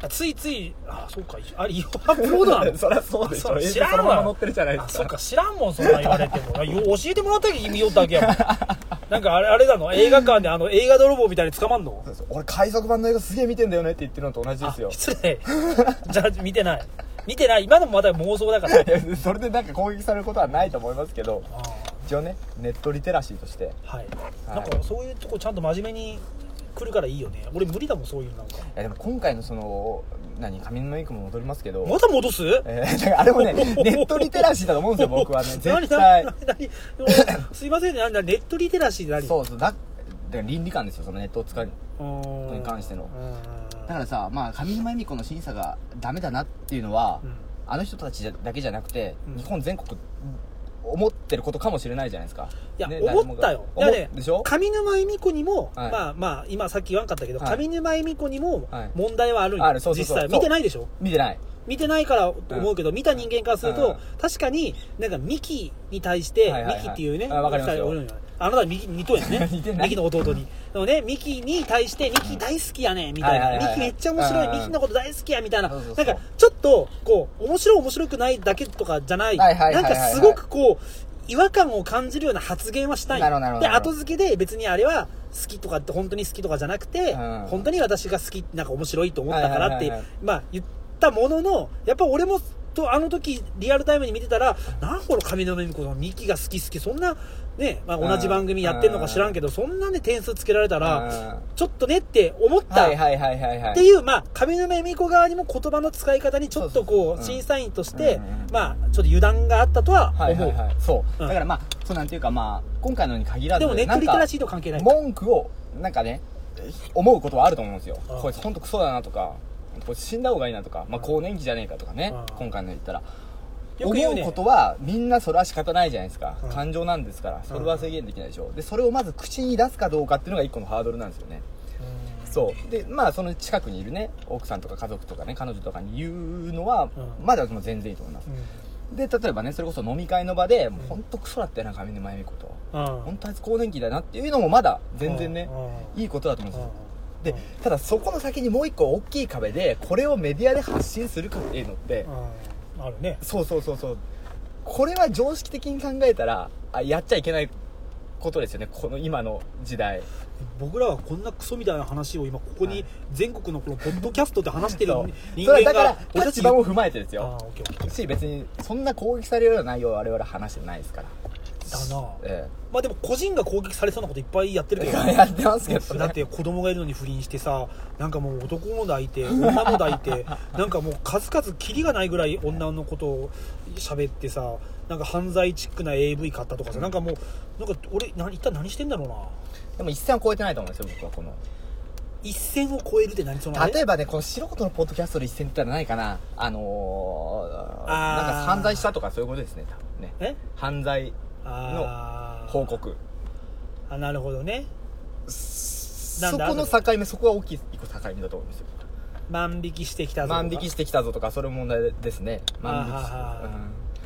Speaker 2: あついついあそうかあれ違法アップロードなの
Speaker 1: そりゃそうでし
Speaker 2: あ
Speaker 1: ょ
Speaker 2: そう知
Speaker 1: 知
Speaker 2: ら
Speaker 1: ら
Speaker 2: んわ
Speaker 1: んそのまま載ってるじゃないで
Speaker 2: あ
Speaker 1: す
Speaker 2: そ
Speaker 1: か
Speaker 2: うか知らんもんそんな言われてもあよ教えてもらったけ君よったわ けやもんなんかあれあれだの映画館であの映画泥棒みたいに捕まんの
Speaker 1: そうそう俺海賊版の映画すげえ見てんだよねって言ってるのと同じですよ
Speaker 2: あ失礼 じゃあ見てない見てない今のもまだ妄想だから
Speaker 1: いや それでなんか攻撃されることはないと思いますけど
Speaker 2: あー
Speaker 1: 一応ねネットリテラシーとして
Speaker 2: はい、
Speaker 1: はい
Speaker 2: なんかそういうとこちゃんと真面目に来るからいいよね俺無理だもんそういうのなんか
Speaker 1: いやでも今回のその何上沼恵美子も戻りますけど
Speaker 2: また戻す
Speaker 1: えーだからあれも ねネットリテラシーだと思うんですよ僕 はね絶対
Speaker 2: 何何何すいませんね何何ネットリテラシーで何
Speaker 1: そうそうだだから倫理観ですよそのネットを使う
Speaker 2: うーん
Speaker 1: に関しての
Speaker 2: うーん
Speaker 1: だからさまあ上沼恵美子の審査がダメだなっていうのは、
Speaker 2: うん
Speaker 1: あの人たちじゃだけじゃなくて、
Speaker 2: うん
Speaker 1: 日本全国思ってることかもしれないじゃないですか
Speaker 2: いや、
Speaker 1: ね
Speaker 2: 思ったよ。い
Speaker 1: 誰もが
Speaker 2: やね
Speaker 1: 思っでしょ、
Speaker 2: 上沼恵美子にも、
Speaker 1: はい
Speaker 2: まあまあ、今さっき言わんかったけど、
Speaker 1: はい
Speaker 2: 上沼恵美子にも
Speaker 1: はい
Speaker 2: 問題はあるんよ
Speaker 1: あるそうそうそう
Speaker 2: 実際。
Speaker 1: そう
Speaker 2: 見てないでしょ
Speaker 1: 見てない
Speaker 2: 見てないからと思うけど、見た人間からする
Speaker 1: う
Speaker 2: と
Speaker 1: ん、
Speaker 2: 確かに、なんか、ミキに対して、
Speaker 1: はいはいはい
Speaker 2: ミキっていうね、
Speaker 1: あわかりますよ。
Speaker 2: おるんよあなたはミキ、似とんやね
Speaker 1: 似てない
Speaker 2: ミキの弟に。でもね、ミキに対して、ミキ大好きやね、みた
Speaker 1: は
Speaker 2: い
Speaker 1: いはい
Speaker 2: な。
Speaker 1: はい
Speaker 2: ミキめっちゃ面白
Speaker 1: うん
Speaker 2: い、ミキのこと大好きや、みたいな。な
Speaker 1: そうんそう
Speaker 2: か
Speaker 1: そう、
Speaker 2: ちょっと、こう、面白い面白くないだけとかじゃない。
Speaker 1: はいはい
Speaker 2: な
Speaker 1: は
Speaker 2: ん
Speaker 1: いはい
Speaker 2: か、すごくこう、違和感を感じるような発言はしたい。
Speaker 1: なるほどなるほど
Speaker 2: で、後付けで別にあれは、好きとかって本当に好きとかじゃなくて、
Speaker 1: うん
Speaker 2: 本当に私が好き、なんか面白いと思ったからっ
Speaker 1: はいはい
Speaker 2: て
Speaker 1: はいはい、
Speaker 2: まあ、言ったものの、やっぱ俺もとあの時リアルタイムに見てたら、なんこの上沼恵美子のミキが好き好き、そんな、ね、まあ、同じ番組やってんのか知らんけど、そんなね、点数つけられたら、
Speaker 1: うん
Speaker 2: ちょっとねって思っ
Speaker 1: は
Speaker 2: た
Speaker 1: いはいはいはいはい
Speaker 2: っていう、まあ、上沼恵美子側にも言葉の使い方にちょっとこ
Speaker 1: そう
Speaker 2: う、
Speaker 1: そうそううん
Speaker 2: 審査員として
Speaker 1: うんうんうん、
Speaker 2: まあ、ちょっと油断があったとは
Speaker 1: はいは
Speaker 2: 思。
Speaker 1: いうはいそう、
Speaker 2: うん
Speaker 1: だからまあそうなんていうかまあ今回のに限らず
Speaker 2: でもネットリテラシー
Speaker 1: な
Speaker 2: と関係なんい
Speaker 1: か。文句をなんかね思うことはあると思うんですよ
Speaker 2: うん
Speaker 1: こいつ本当クソだなとかこいつ死んだ方がいいなとか、まあ、更年期じゃねえかとかね
Speaker 2: うん
Speaker 1: 今回の言ったら
Speaker 2: よく言う
Speaker 1: 思う
Speaker 2: ね
Speaker 1: こ。とはみんなそれは仕方ないじゃないですか、
Speaker 2: うん
Speaker 1: 感情なんですからそれは制限できないでしょでそれをまず口に出すかどうかっていうのが一個のハードルなんですよねそうでまあその近くにいるね奥さんとか家族とかね彼女とかに言うのは、
Speaker 2: うん
Speaker 1: まだもう全然いいと思います
Speaker 2: うん
Speaker 1: で例えばねそれこそ飲み会の場でもう本当クソだったよな上沼恵美子と
Speaker 2: うん
Speaker 1: 本当あいつ更年期だなっていうのもまだ全然ねいいことだと思うん
Speaker 2: う
Speaker 1: ですよ
Speaker 2: ん
Speaker 1: でただそこの先にもう一個大きい壁でこれをメディアで発信するかっていうのって
Speaker 2: うんあるね。
Speaker 1: そうそうそうそうこれは常識的に考えたらあやっちゃいけないことですよねこの今の時代
Speaker 2: 僕らはこんなクソみたいな話を今ここ
Speaker 1: は
Speaker 2: に
Speaker 1: い
Speaker 2: 全国のこのポッドキャストで話してる
Speaker 1: そう
Speaker 2: 人
Speaker 1: それ
Speaker 2: 間
Speaker 1: はだか
Speaker 2: が
Speaker 1: ら
Speaker 2: 俺たち
Speaker 1: 立場も踏まえてです
Speaker 2: あ
Speaker 1: よ
Speaker 2: あオッケーオッケー
Speaker 1: し別にそんな攻撃されるような内容は我々は話してないですから
Speaker 2: だな
Speaker 1: え
Speaker 2: まあでも個人が攻撃されそうなこといっぱいやってる
Speaker 1: え
Speaker 2: けど
Speaker 1: やってますけどね
Speaker 2: だって子供がいるのに不倫してさなんかもう男も抱いて女も抱い てなんかもう数々キリがないぐらい女のことを喋ってさなんか犯罪チックな AV 買ったとかさなんかもうなんか俺な一体何してんだろうな
Speaker 1: でも一線は超えてないと思うんですよ僕はこの
Speaker 2: 一線を超えるって何その
Speaker 1: 例
Speaker 2: え
Speaker 1: えばね、この素人のポッドキャストで一戦ってのはないかな。あのー、
Speaker 2: あー
Speaker 1: なんか犯罪したとかそういうことですね、多分ね。
Speaker 2: え
Speaker 1: 犯罪
Speaker 2: あー
Speaker 1: 報告。
Speaker 2: あなるほどねなん
Speaker 1: そ
Speaker 2: だ
Speaker 1: この境目、そこは大きい一個境目だと思うんですよ。
Speaker 2: 万引きしてきたぞとか
Speaker 1: 万引きしてきたぞとか、それも問題ですね。万引きし
Speaker 2: あはは
Speaker 1: うん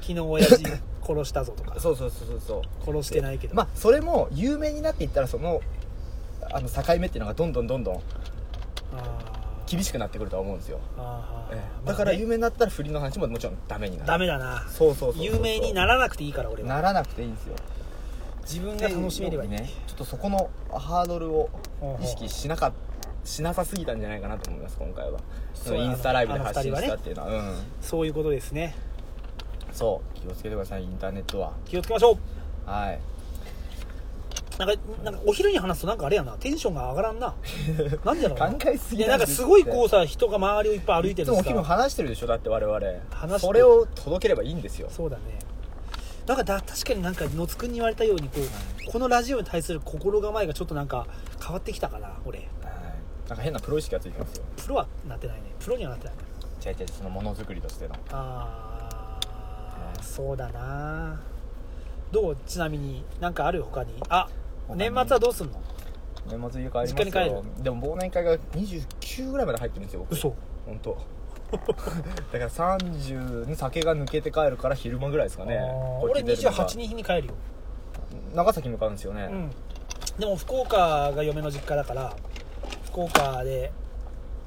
Speaker 2: 昨日親父殺したぞ とか
Speaker 1: そうそうそうそうそう。
Speaker 2: 殺してないけど、
Speaker 1: まあ、それも有名になっていったら、その、あの境目っていうのがどんどんどんどん
Speaker 2: あー
Speaker 1: 厳しくなってくるとは思うんですよ。
Speaker 2: あー
Speaker 1: ええ
Speaker 2: まあね
Speaker 1: だから有名になったら不倫の話ももちろんダメになる。
Speaker 2: ダメだな
Speaker 1: そうそうそうそう
Speaker 2: 有名にならなくていいから俺は
Speaker 1: ならなくていいんですよ。
Speaker 2: 自分が楽しめればいい、
Speaker 1: ねちょっとそこのハードルを意識
Speaker 2: し
Speaker 1: しなかっしなさすぎたんじゃないかなと思います今回は
Speaker 2: そう
Speaker 1: インスタライブで発信したっていうのは
Speaker 2: そういうことですね
Speaker 1: うん、そう気をつけてくださいインターネットは
Speaker 2: 気をつけましょう
Speaker 1: はい
Speaker 2: なんかなんかお昼に話すとなんかあれやなテンションが上がらん ななんでやろうな
Speaker 1: 考えす
Speaker 2: い
Speaker 1: ぎ
Speaker 2: やなんかすごいこうさ人が周りをいっぱい歩いて
Speaker 1: いつ
Speaker 2: るん
Speaker 1: も
Speaker 2: で
Speaker 1: お
Speaker 2: すか
Speaker 1: 昼話してるでしょだって我々
Speaker 2: 話して
Speaker 1: それを届ければいいんですよ
Speaker 2: そうだねなんかだ確かになんか野津くんに言われたようにこうこのラジオに対する心構えがちょっとなんか変わってきたかな俺
Speaker 1: はいなんか変なプロ意識がついてますよ
Speaker 2: プロはなってないねプロにはなってない
Speaker 1: 違う違うそのものづくりとしての
Speaker 2: ああそうだなどうちなみになんかある他にあ
Speaker 1: 他に
Speaker 2: 年末はどうすんの
Speaker 1: 年末家帰りますよ
Speaker 2: 実家に
Speaker 1: でも忘年会が29ぐらいまで入ってるんですよ僕
Speaker 2: 嘘
Speaker 1: 本当 だから30に酒が抜けて帰るから昼間ぐらいですかねこっ
Speaker 2: 俺
Speaker 1: ち出るのが
Speaker 2: 28日に帰るよ、
Speaker 1: 長崎向かうんですよね、
Speaker 2: うん、でも福岡が嫁の実家だから福岡で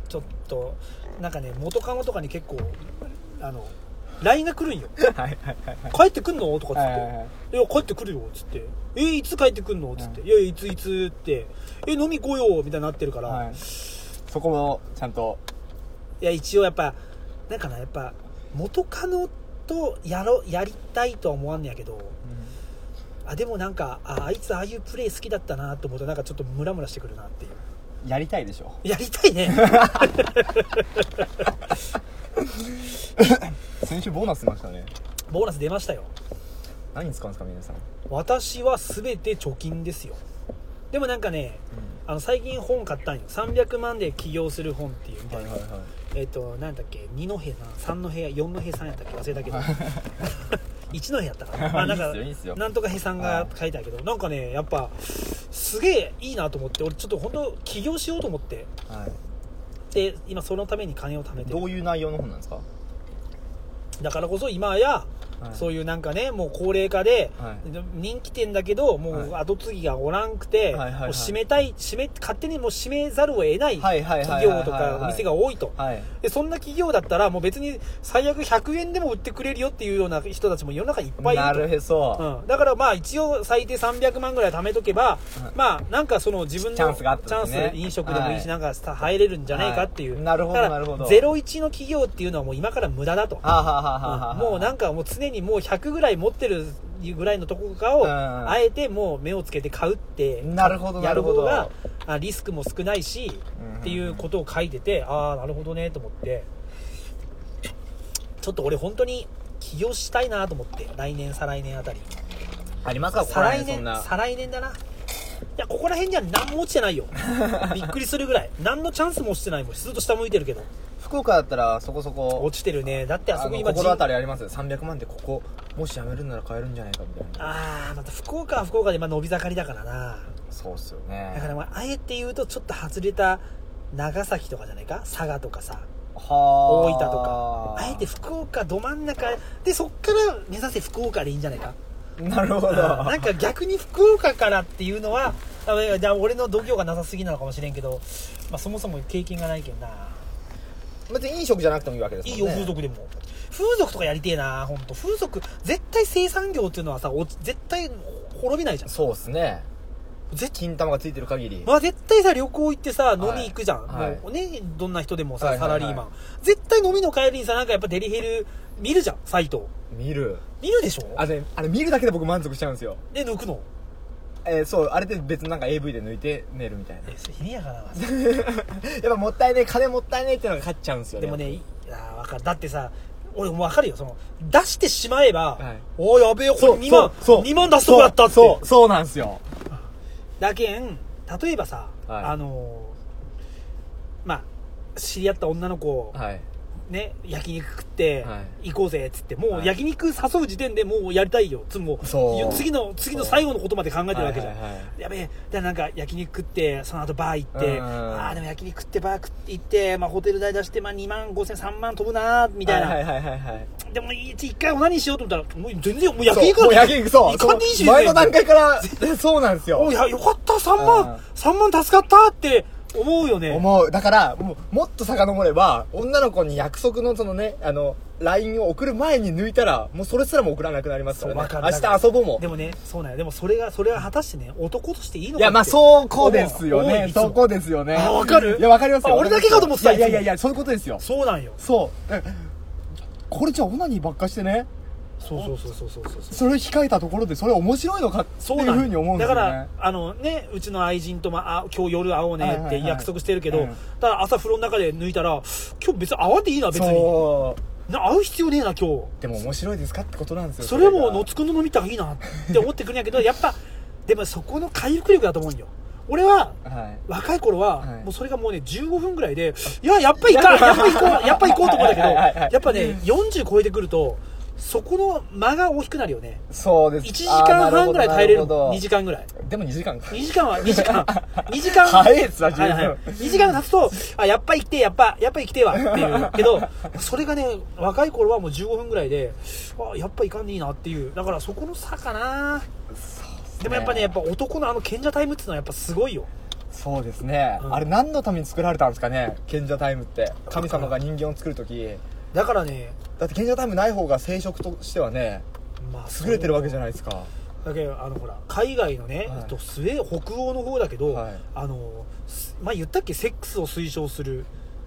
Speaker 2: ちょっとなんかね元カノとかに結構あの LINE が来るんよ
Speaker 1: はいはいはい
Speaker 2: 帰ってくんのとかっつっ
Speaker 1: は
Speaker 2: て、
Speaker 1: いは
Speaker 2: い
Speaker 1: いはい
Speaker 2: や、帰ってくるよ、つって。え、いつ帰ってくんのつって。いやいや、いついつって。え、飲み行こうよ、みたいになってるから。、
Speaker 1: はいいそこもちゃんと
Speaker 2: や、一応やっぱ、なんかな、やっぱ、元カノとやろ、やりたいとは思わんねやけど、あ、でもなんか、ああいつああいうプレイ好きだったなと思うと、なんかちょっとムラムラしてくるなっていう。
Speaker 1: やりたいでしょ
Speaker 2: やりたいね。
Speaker 1: 先週ボーナス出ましたね
Speaker 2: ボーナス出ましたよ。
Speaker 1: 何に使うんですか皆さん、
Speaker 2: 私は全て貯金ですよ。でもなんかね、あの最近本買ったんよ300万で起業する本っていうみたいな、
Speaker 1: は
Speaker 2: えっ、となんだっけ2の部屋さん3の部屋4の部屋さんやったっけ忘れた けど1の部屋やったかな
Speaker 1: まあ
Speaker 2: なんか
Speaker 1: いいっすよいいっすよ
Speaker 2: なんとか部さんが書いてあるけど、なんかねやっぱすげえいいなと思って俺ちょっと本当起業しようと思って
Speaker 1: いはい、
Speaker 2: で今そのために金を貯めてる
Speaker 1: どういう内容の本なんですか、
Speaker 2: だからこそ今やそういうなんかねもう高齢化で、
Speaker 1: は
Speaker 2: 人気店だけどもう
Speaker 1: は
Speaker 2: 後継ぎがおらんくて、
Speaker 1: はいはいはい
Speaker 2: もう閉めたい閉め勝手にもう閉めざるを得ない
Speaker 1: はいはいはいはいはいはい
Speaker 2: 企業とかお店が多いと、
Speaker 1: はい
Speaker 2: でそんな企業だったらもう別に最悪100円でも売ってくれるよっていうような人たちも世の中いっぱいいる
Speaker 1: な
Speaker 2: と
Speaker 1: るへそ、
Speaker 2: うん、だからまあ一応最低300万ぐらい貯めとけば、
Speaker 1: うん
Speaker 2: まあなんかその自分の
Speaker 1: チャンスがあったんですね
Speaker 2: チャンス飲食でもいいし、
Speaker 1: はい
Speaker 2: なんかさ入れるんじゃないかっていう、
Speaker 1: はいなるほど
Speaker 2: だから
Speaker 1: なるほど
Speaker 2: 01の企業っていうのはもう今から無駄だと、
Speaker 1: はあはあはあはあはあ
Speaker 2: うんもうなんかもう常にもう100ぐらい持ってるぐらいのとこかを、
Speaker 1: うん
Speaker 2: あえてもう目をつけて買うって
Speaker 1: なるほど
Speaker 2: やる方
Speaker 1: なる
Speaker 2: が
Speaker 1: ほ
Speaker 2: あリスクも少ないし、
Speaker 1: うん
Speaker 2: っていうことを書いててああなるほどねと思ってちょっと俺本当に起業したいなと思って来年再来年あたり
Speaker 1: ありますかここ
Speaker 2: 再
Speaker 1: ら
Speaker 2: 来
Speaker 1: 辺そ
Speaker 2: 年
Speaker 1: んな
Speaker 2: 再来年だないやここら辺には何も落ちてな いよびっくりするぐらい何のチャンスも落ちてないもんずっと下向いてるけど
Speaker 1: 福岡だったらそこそこ
Speaker 2: 落ちてるねだってあ
Speaker 1: あ
Speaker 2: そこ
Speaker 1: の
Speaker 2: 今
Speaker 1: 心当た
Speaker 2: り
Speaker 1: りあります300万でここもし辞めるなら買えるんじゃないかみたいな
Speaker 2: あーまた福岡は福岡で今伸び盛りだからな
Speaker 1: そうっすよ
Speaker 2: だか
Speaker 1: ね
Speaker 2: らまああえて言うとちょっと外れた長崎とかじゃないか佐賀とかさ大
Speaker 1: 大
Speaker 2: 分とかあえて福岡ど真ん中でそっから目指せ福岡でいいんじゃない か
Speaker 1: なるほど
Speaker 2: なんか逆に福岡からっていうのはあいやじゃあ俺の度胸がなさすぎなのかもしれんけど、まあ、そもそも経験がないけんな
Speaker 1: 別に飲食じゃなくてもいいわけです
Speaker 2: い
Speaker 1: もん
Speaker 2: い
Speaker 1: ね
Speaker 2: よ風俗でも風俗とかやりてえな本当風俗絶対生産業っていうのはさお絶対滅びないじゃん
Speaker 1: そうっすね
Speaker 2: 絶
Speaker 1: 金玉がついてる限り、
Speaker 2: まあ絶対さ旅行行ってさ飲み行くじゃん、
Speaker 1: はい
Speaker 2: もうねどんな人でもさ、
Speaker 1: はいはいはい
Speaker 2: サラリーマン絶対飲みの帰りにさなんかやっぱデリヘル見るじゃんサイト
Speaker 1: 見る
Speaker 2: 見るでしょ
Speaker 1: あれあれ見るだけで僕満足しちゃうんですよ
Speaker 2: で抜くの
Speaker 1: えー、そうあれで別になんか AV で抜いて寝るみたいな
Speaker 2: えそれひねやかな
Speaker 1: やっぱもったいねえ金もったいねえってのが勝っちゃうんですよね
Speaker 2: でもねいや分かるだってさ俺も分かるよその出してしまえば、
Speaker 1: はい
Speaker 2: おーやべえこれ
Speaker 1: そう
Speaker 2: 2万
Speaker 1: そう
Speaker 2: 2万出すとこやったって
Speaker 1: そうそうそうなんですよ
Speaker 2: だけん例えばさ、
Speaker 1: はい
Speaker 2: あのーまあ知り合った女の子を
Speaker 3: はい
Speaker 2: ね焼肉食って
Speaker 3: は
Speaker 2: 行こうぜっつっても
Speaker 3: は
Speaker 2: う
Speaker 3: い
Speaker 2: 焼肉誘う時点でもうやりたいよつも
Speaker 1: そう
Speaker 2: 次の次の最後のことまで考えてるわけじゃん、
Speaker 3: はいはいはい
Speaker 2: やべえだからなんか焼肉食ってその後バー行って
Speaker 1: うん
Speaker 2: ああでも焼肉食ってバー食って行って、まあ、ホテル代出して、まあ、2万5千3万飛ぶなーみたいな、
Speaker 3: はいはいはいはい
Speaker 2: でも一一回オナニーしようと思ったらもう全然も
Speaker 1: そ
Speaker 2: う
Speaker 1: う
Speaker 2: 焼肉
Speaker 1: もう
Speaker 2: だ
Speaker 1: 焼肉そう
Speaker 2: 行かねえし
Speaker 1: そう前の段階から そうなんです
Speaker 2: お
Speaker 1: よ
Speaker 2: いやよかった3
Speaker 1: うん
Speaker 2: 万三万助かったって思うよね
Speaker 1: 思うだからもうもっと遡れば女の子に約束のそのねあの LINE を送る前に抜いたらもうそれすらも送らなくなりますからね
Speaker 2: そうわかる
Speaker 1: 明日遊ぼうも
Speaker 2: でもねそうなんよでもそれがそれは果たしてね男としていいのか
Speaker 1: いやまあ
Speaker 2: う
Speaker 1: そうこうですよ
Speaker 2: 思う思う
Speaker 1: ね
Speaker 2: いつも
Speaker 1: そこですよね
Speaker 2: あわかる
Speaker 1: いやわかりますよ
Speaker 2: あ俺だけかと思ってた
Speaker 1: いやいやいや
Speaker 2: いつ
Speaker 1: いやそ
Speaker 2: も
Speaker 1: ういうことですよ
Speaker 2: そうなんよ
Speaker 1: そうだからこれじゃあオナニーばっかしてね
Speaker 2: そうそうそうそうそうそうそう
Speaker 1: それを控えたところでそれ面白いのかって
Speaker 2: そう
Speaker 1: いう
Speaker 2: なん
Speaker 1: ふ
Speaker 2: よ
Speaker 1: うに思うんですよね
Speaker 2: だからあのねうちの愛人と、まあ、あ今日夜会おうね
Speaker 1: はい
Speaker 2: っ
Speaker 1: はい
Speaker 2: て
Speaker 1: はい
Speaker 2: 約束してるけ
Speaker 1: う
Speaker 2: ど、
Speaker 1: ん
Speaker 2: ただ朝風呂の中で抜いたら今日別に会わんでいいな別に
Speaker 1: そう
Speaker 2: な会う必要ねえな今日
Speaker 1: でも面白いですかってことなんですよ
Speaker 2: それも
Speaker 1: が
Speaker 2: のつくんの飲みたらいいなって思ってくるんやけどやっぱでもそこの回復力だと思うんよ俺は
Speaker 1: はい
Speaker 2: 若い頃は、
Speaker 1: はい
Speaker 2: もうそれがもうね15分ぐらいでいややっぱ行かんやっぱ行こうやっぱ行こうと思うんだけど
Speaker 1: はいはいはいはい
Speaker 2: やっぱね40超えてくるとそこの間が大きくなるよね
Speaker 1: そうです
Speaker 2: 1時間半ぐらい耐えれる
Speaker 1: あーなほどなほど
Speaker 2: 2時間ぐらい
Speaker 1: でも2時間か
Speaker 2: 2時間は2時間 2時間
Speaker 1: 早いっすな十
Speaker 2: は
Speaker 1: 分
Speaker 2: いはい、2時間経つとあやっぱ行ってやっぱやっぱ行きてえわっていうけどそれがね若い頃はもう15分ぐらいであやっぱ行かんでいいなっていうだからそこの差かなでもやっぱねやっぱ男のあの賢者タイムっていうのはやっぱすごいよ
Speaker 1: そうですね、
Speaker 2: うん
Speaker 1: あれ何のために作られたんですかね賢者タイムって神様が人間を作る時
Speaker 2: だからね
Speaker 1: だって賢者タイムない方が生殖としてはね
Speaker 2: まあ
Speaker 1: 優れてるわけじゃ
Speaker 2: な
Speaker 1: な
Speaker 2: い
Speaker 1: いですか
Speaker 2: だけどあのほら海外のね、
Speaker 1: はい
Speaker 2: えっとスウェー北欧の方だけど、
Speaker 1: はい
Speaker 2: あのすまあ言ったっけセックスを推奨する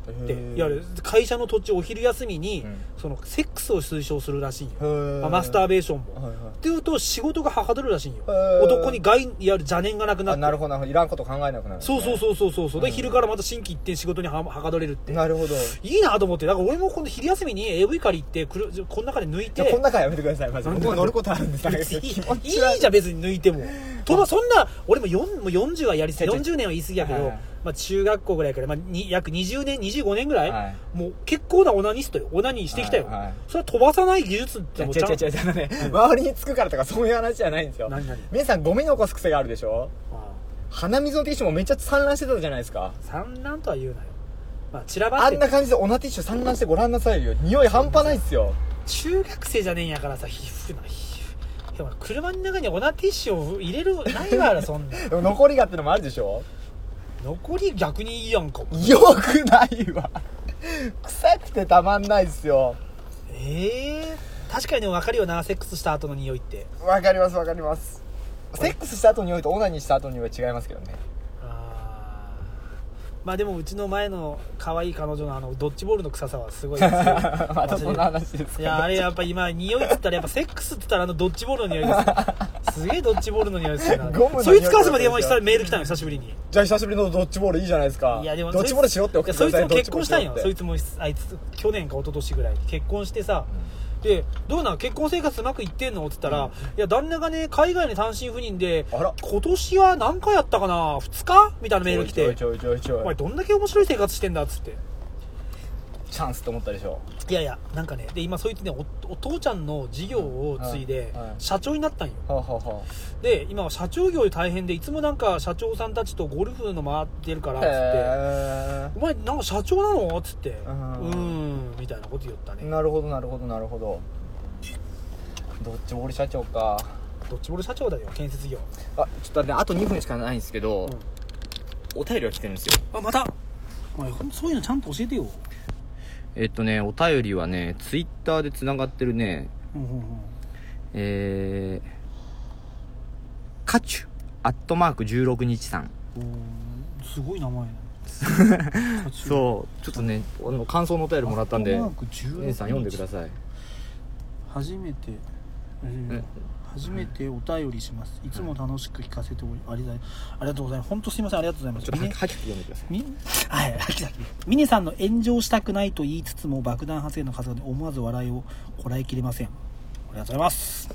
Speaker 2: って
Speaker 1: へー
Speaker 2: いわゆる会社の土地お昼休みに、
Speaker 1: うん
Speaker 2: そのセックスを推奨するらしいんよ
Speaker 1: へ、ー
Speaker 2: まあマスターベーションも、
Speaker 1: はい
Speaker 2: っていうと仕事がはかどるらしいんよ
Speaker 1: へー
Speaker 2: 男に害いやる邪念がなくな
Speaker 1: はい、あ
Speaker 2: って
Speaker 1: なるほどなるほどいらんこと考えなくなる
Speaker 2: そうそう
Speaker 1: う
Speaker 2: そうそうそうそう
Speaker 1: う
Speaker 2: で
Speaker 1: ん
Speaker 2: 昼からまた新規行って仕事にははかどれるって
Speaker 1: なるほど
Speaker 2: いいなと思ってだから俺も今度昼休みに AV 借り行ってくるこの中で抜
Speaker 1: い
Speaker 2: い
Speaker 1: やこ
Speaker 2: て
Speaker 1: ん中やめてくださいマジで
Speaker 2: なんで
Speaker 1: 僕乗ることあるんですか
Speaker 2: 別にいいいい
Speaker 1: 悪
Speaker 2: じゃん別に抜いてもとまあそんな俺も4もう40はやりすぎ
Speaker 1: 違う違う
Speaker 2: 40年は言い過ぎやけど、
Speaker 1: はいはい
Speaker 2: まあ、中学校ぐらいから、まあ、に約20年25年ぐらい、
Speaker 1: はい
Speaker 2: もう結構なオナニストよオナニーしてきたよ、
Speaker 1: はいはい
Speaker 2: それは飛ばさない技術っ
Speaker 1: い
Speaker 2: て
Speaker 1: や違う
Speaker 2: もうちゃん
Speaker 1: 違う違う違うあのね周りにつくからとかそういう話じゃないんですよ
Speaker 2: 何何
Speaker 1: 皆さんゴミ残す癖があるでしょ
Speaker 2: ああ
Speaker 1: 鼻水のティッシュもめっちゃ散乱してたじゃないですか
Speaker 2: 産卵とは言うなよ、まあ、散らば
Speaker 1: あ
Speaker 2: って
Speaker 1: ん
Speaker 2: る
Speaker 1: な感じでオナティッシュ散乱してご覧なさいよ匂い半端ないっすよ
Speaker 2: 中学生じゃねえんやからさ皮膚な皮膚でも車の中にオナティッシュを入れるないわそんな
Speaker 1: でも残りがってのもあるでしょ
Speaker 2: 残り逆にいいやんか
Speaker 1: よくないわ臭くてたまんないっすよ
Speaker 2: ええ確かにでも分かるよなセックスした後の匂いって
Speaker 1: わかりますわかりますセックスした後に匂いとオナニーした後に匂い違いますけどね
Speaker 2: あーまあでもうちの前の可愛い彼女のあのドッジボールの臭さはすごいです
Speaker 1: またそんな話です
Speaker 2: い
Speaker 1: か
Speaker 2: やあれやっぱ今匂いっつったらやっぱセックスっつったらあのドッジボールの匂いですすげえドッジボールの匂いするな
Speaker 1: ゴムの匂い
Speaker 2: そいつからすまで電話したらメール来たの久しぶりに
Speaker 1: じゃあ久しぶりのドッジボールいいじゃないですか
Speaker 2: いやでも
Speaker 1: ドッジボールしろって送って
Speaker 2: そ
Speaker 1: く
Speaker 2: いつ
Speaker 1: ださ
Speaker 2: も
Speaker 1: い
Speaker 2: 結婚したんよ
Speaker 1: ドッ
Speaker 2: そい
Speaker 1: ジ
Speaker 2: つもあいつ去年か一昨年ぐらいに結婚してさ、でどうなん結婚生活うまくいってんのって言ったら、
Speaker 1: うん
Speaker 2: いや旦那がね海外に単身赴任で
Speaker 1: あら
Speaker 2: 今年は何回やったかな2日みたいなメー
Speaker 1: ボー
Speaker 2: ル
Speaker 1: ル
Speaker 2: 来
Speaker 1: ちょい
Speaker 2: て
Speaker 1: ちょいちょいち
Speaker 2: お
Speaker 1: ょ
Speaker 2: 前
Speaker 1: い
Speaker 2: どんだけ面白い生活してんだっつって
Speaker 1: チャンスと思ったでしょ
Speaker 2: いやいやなんかねで今そいつねおお父ちゃんの事業を継いで
Speaker 1: はいはい
Speaker 2: 社長になったんよ
Speaker 1: はあ、はあは
Speaker 2: で今は社長業で大変でいつもなんか社長さんたちとゴルフの回ってるからっつっ
Speaker 1: あ、
Speaker 2: て
Speaker 1: へ
Speaker 2: 「お前なんか社長なの?」っつって「う
Speaker 1: うん
Speaker 2: ーん」みたいなこと言った
Speaker 1: え
Speaker 2: ね
Speaker 1: なるほどなるほどなるほどどっちボール社長か
Speaker 2: どっちも俺社長だよ建設業
Speaker 1: あちょっとねあと2分しかないんですけど、
Speaker 2: うん
Speaker 1: お便りは来てるんですよ
Speaker 2: あまたお前ほんとそういうのちゃんと教えてよ
Speaker 1: えっとねお便りはねツイッターでつながってるね
Speaker 2: うんうんうん
Speaker 1: えー、カチュアットマーク16日さん
Speaker 2: おーすごい名前 う
Speaker 1: そうちょっとねあの感想のお便りもらったんで
Speaker 2: マーク16
Speaker 1: N さん読んでください
Speaker 2: 初めて、えー
Speaker 1: え
Speaker 2: 初めてお便りしますいつも楽しく聞かせておりありがありがとうございます本当すいませんありがとうございます
Speaker 1: ちょっとはき
Speaker 2: みね
Speaker 1: はき読んでください
Speaker 2: みはい、はいミネさんの炎上したくないと言いつつも爆弾発言の数々に思わず笑いをこらえきれませんありがとうございます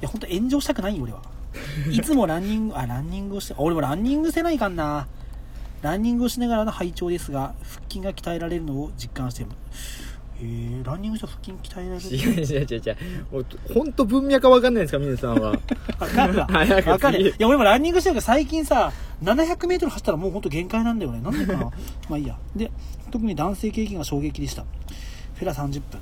Speaker 2: いや本当炎上 したくないよ俺はいつもランニングあランニングをしてあ俺もランニングせないかんなランニングをしながらの拝聴ですが腹筋が鍛えられるのを実感していますえー、ランニングしたら腹筋鍛えられ
Speaker 1: 違
Speaker 2: る
Speaker 1: う違う違う違うもうほんと文脈は分かんないんですか皆さんは
Speaker 2: わかるわ。
Speaker 1: 早く
Speaker 2: わかる。
Speaker 1: 次
Speaker 2: いや、俺もランニングしてるけど、最近さ、700メートル走ったらもうほんと限界なんだよね。なんでかな まあいいや。で、特に男性経験が衝撃でした。フェラ30分。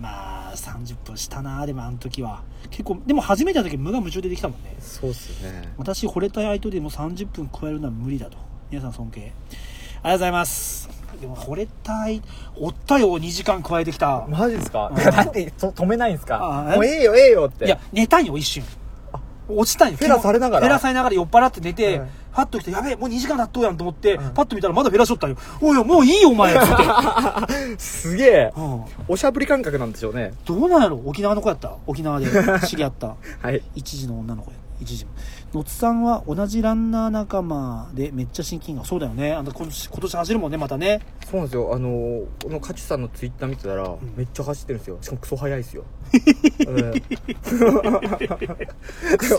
Speaker 2: まあ、30分したなでもあの時は。結構、でも初めての時無我夢中でできたもんね。
Speaker 1: そうっすね
Speaker 2: 私、惚れたい相手でも30分加えるのは無理だと。皆さん尊敬。ありがとうございます。でも、惚れたい、おったよ、2時間加えてきた。
Speaker 1: マジですか
Speaker 2: うん
Speaker 1: なんでと止めないんです
Speaker 2: あ
Speaker 1: か
Speaker 2: え
Speaker 1: もうええよええよっ
Speaker 2: い
Speaker 1: て
Speaker 2: や、寝たんよ、一瞬。落ちたんよ。
Speaker 1: フェラされながら
Speaker 2: フェラされながら酔っ払って寝て、
Speaker 1: うん
Speaker 2: パッと来て、やべえ、もう2時間経っとうやんと思って、パッと見たらまだフェラしょったんよ。おいおい、もういいよ、お 前つって、
Speaker 1: すげえ
Speaker 2: うん
Speaker 1: おしゃぶり感覚なんでしょうね
Speaker 2: どうなんやろ沖縄の子やった。沖縄で知り合った。
Speaker 1: はい
Speaker 2: 一時の女の子や。一時の。のつさんは同じランナー仲間でめっちゃ親近感。そうだよね。あの今年、今年走るもんね、またね。
Speaker 1: そうなんですよあのーこのカチュさんのツイッター見てたら、
Speaker 2: ん
Speaker 1: めっちゃ走ってるんですよしかもクソ速いです よ、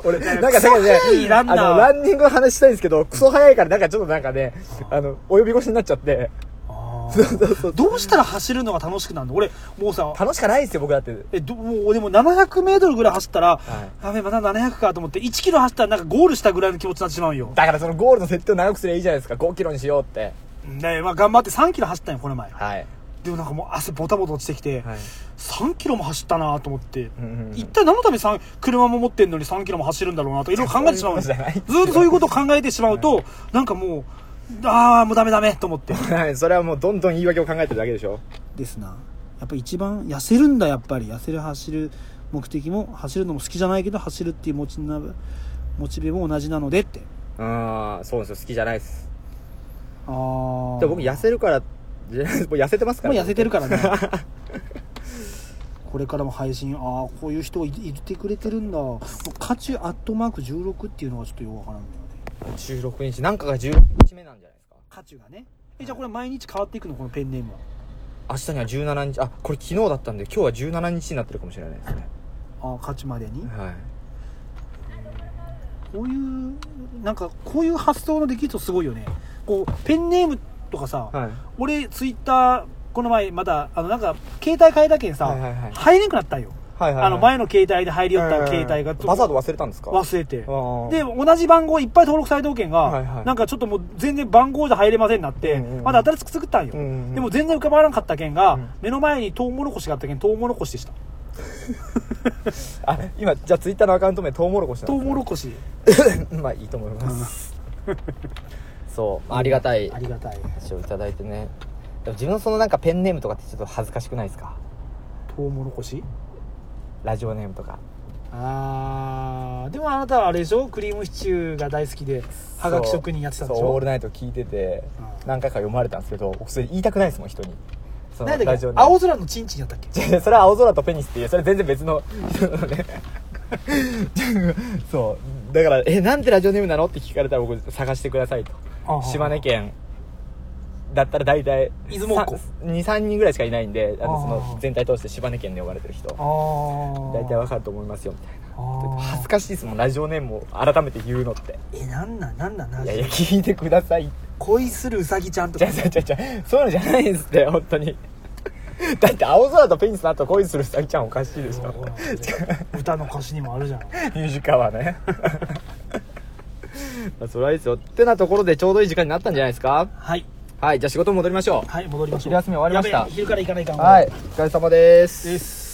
Speaker 1: 俺なんかだからね
Speaker 2: いいランナー
Speaker 1: あのランニングの話したいんですけどクソ速いからなんかちょっとなんかねあのお呼び腰になっちゃって
Speaker 2: どうしたら走るのが楽しくなるの俺、もうさ、
Speaker 1: 楽しかないですよ僕だって
Speaker 2: えどもう俺も700メートルぐらい走ったら、
Speaker 1: は
Speaker 2: やべえまた700かと思って1キロ走ったらなんかゴールしたぐらいの気持ちになってしまうんよ
Speaker 1: だからそのゴールの設定を長くすればいいじゃないですか5キロにしようって
Speaker 2: で、まあ、頑張って3キロ走ったんよこの前
Speaker 1: はい、
Speaker 2: でもなんかもう汗ボタボタ落ちてきて、
Speaker 1: はい、
Speaker 2: 3キロも走ったなと思って、
Speaker 1: うんうんうん
Speaker 2: 一体何のために3車も持ってんのに3キロも走るんだろうなとかいろいろ考えてしまうんよ
Speaker 1: そういうことじゃ
Speaker 2: ずっとそういうことを考えてしまうと、なんかもうああもうダメダメと思って
Speaker 1: はい、それはもうどんどん言い訳を考えてるだけでしょ
Speaker 2: ですなやっぱ一番痩せるんだやっぱり痩せる走る目的も走るのも好きじゃないけど走るっていうモチなモチベも同じなのでって
Speaker 1: ああそうなんですよ好きじゃないです
Speaker 2: あ
Speaker 1: で
Speaker 2: あ
Speaker 1: も僕痩せるからじゃないですもう痩せてますから
Speaker 2: もう痩せてる からねこれからも配信ああこういう人いいてくれてるんだ価値アットマーク16っていうのがちょっとよくわからんだよね
Speaker 1: 16日なんかが16日目なんじゃないですか
Speaker 2: 価値がねえじゃあこれ毎日変わっていくのこのペンネームは
Speaker 1: 明日には17日あこれ昨日だったんで今日は17日になってるかもしれないですね
Speaker 2: ああ価値までに
Speaker 1: はい
Speaker 2: こういうなんかこういう発想のできる人すごいよねこうペンネームとかさ、
Speaker 1: はい
Speaker 2: 俺ツイッターこの前まだあのなんか携帯変えたけんさ、
Speaker 1: はいはいはい
Speaker 2: 入れなくなったんよ、
Speaker 1: はいはい
Speaker 2: あの前の携帯で入りよった携帯が
Speaker 1: バザード忘れたんですか
Speaker 2: 忘れて
Speaker 1: ああ
Speaker 2: で同じ番号いっぱい登録されたおけんが、
Speaker 1: はいはい
Speaker 2: なんかちょっともう全然番号じゃ入れませんなって、
Speaker 1: うんうんうん
Speaker 2: まだ新しく作ったんよ、
Speaker 1: うんうん
Speaker 2: でも全然浮かばなかったけんが、
Speaker 1: うん
Speaker 2: 目の前にトウモロコシがあったけんトウモロコシでした
Speaker 1: あ今じゃあツイッターのアカウント名トウモロコシな
Speaker 2: ト
Speaker 1: ん
Speaker 2: ウ
Speaker 1: で
Speaker 2: モロコシ
Speaker 1: すね まあいいと思いますそうありがたい
Speaker 2: ありがたい
Speaker 1: 話をいただいてねでも自分のそのなんかペンネームとかってちょっと恥ずかしくないですか
Speaker 2: トウモロコシ
Speaker 1: ラジオネームとか
Speaker 2: あーでもあなたはあれでしょクリームシチューが大好きではがき職人やってたんでし
Speaker 1: そうオー
Speaker 2: ょ
Speaker 1: ルナイト聞いてて
Speaker 2: うん
Speaker 1: 何回か読まれたんですけど僕それ言いたくないですもん人にその
Speaker 2: 何だ
Speaker 1: ラ
Speaker 2: っ
Speaker 1: ジ
Speaker 2: け
Speaker 1: オネーム
Speaker 2: 青空のチンチンやったっけ
Speaker 1: 違うそれは青空とペニスっていうそれ全然別の 人なのねそうだから「えなんでラジオネームなの?」って聞かれたら僕探してくださいと
Speaker 2: ああ
Speaker 1: 島根県だったら大体
Speaker 2: 出雲っ子
Speaker 1: 23人ぐらいしかいないんであの
Speaker 2: ああ
Speaker 1: その全体通して島根県で呼ばれてる人
Speaker 2: あー
Speaker 1: 大体わかると思いますよみたいな恥
Speaker 2: あ
Speaker 1: ずかしいですもんラジオネームを改めて言うのって
Speaker 2: ーえなんなんなんなんなん
Speaker 1: いやいや聞いてください
Speaker 2: 恋するうさぎちゃんと
Speaker 1: じ
Speaker 2: か
Speaker 1: ゃじゃじゃじゃそういうのじゃないんですって本当 にだって青空とペニスの後恋するサギちゃんおかしいでしょ
Speaker 2: 歌の歌詞にもあるじゃん
Speaker 1: ミュージカはね まあそれはいいですよってなところでちょうどいい時間になったんじゃないですか
Speaker 2: はい
Speaker 1: はいじゃあ仕事戻りましょう
Speaker 2: はい戻りましょう
Speaker 1: 昼休み終わりました
Speaker 2: やべえ昼から行かないかん
Speaker 1: はいお疲れ様です
Speaker 2: です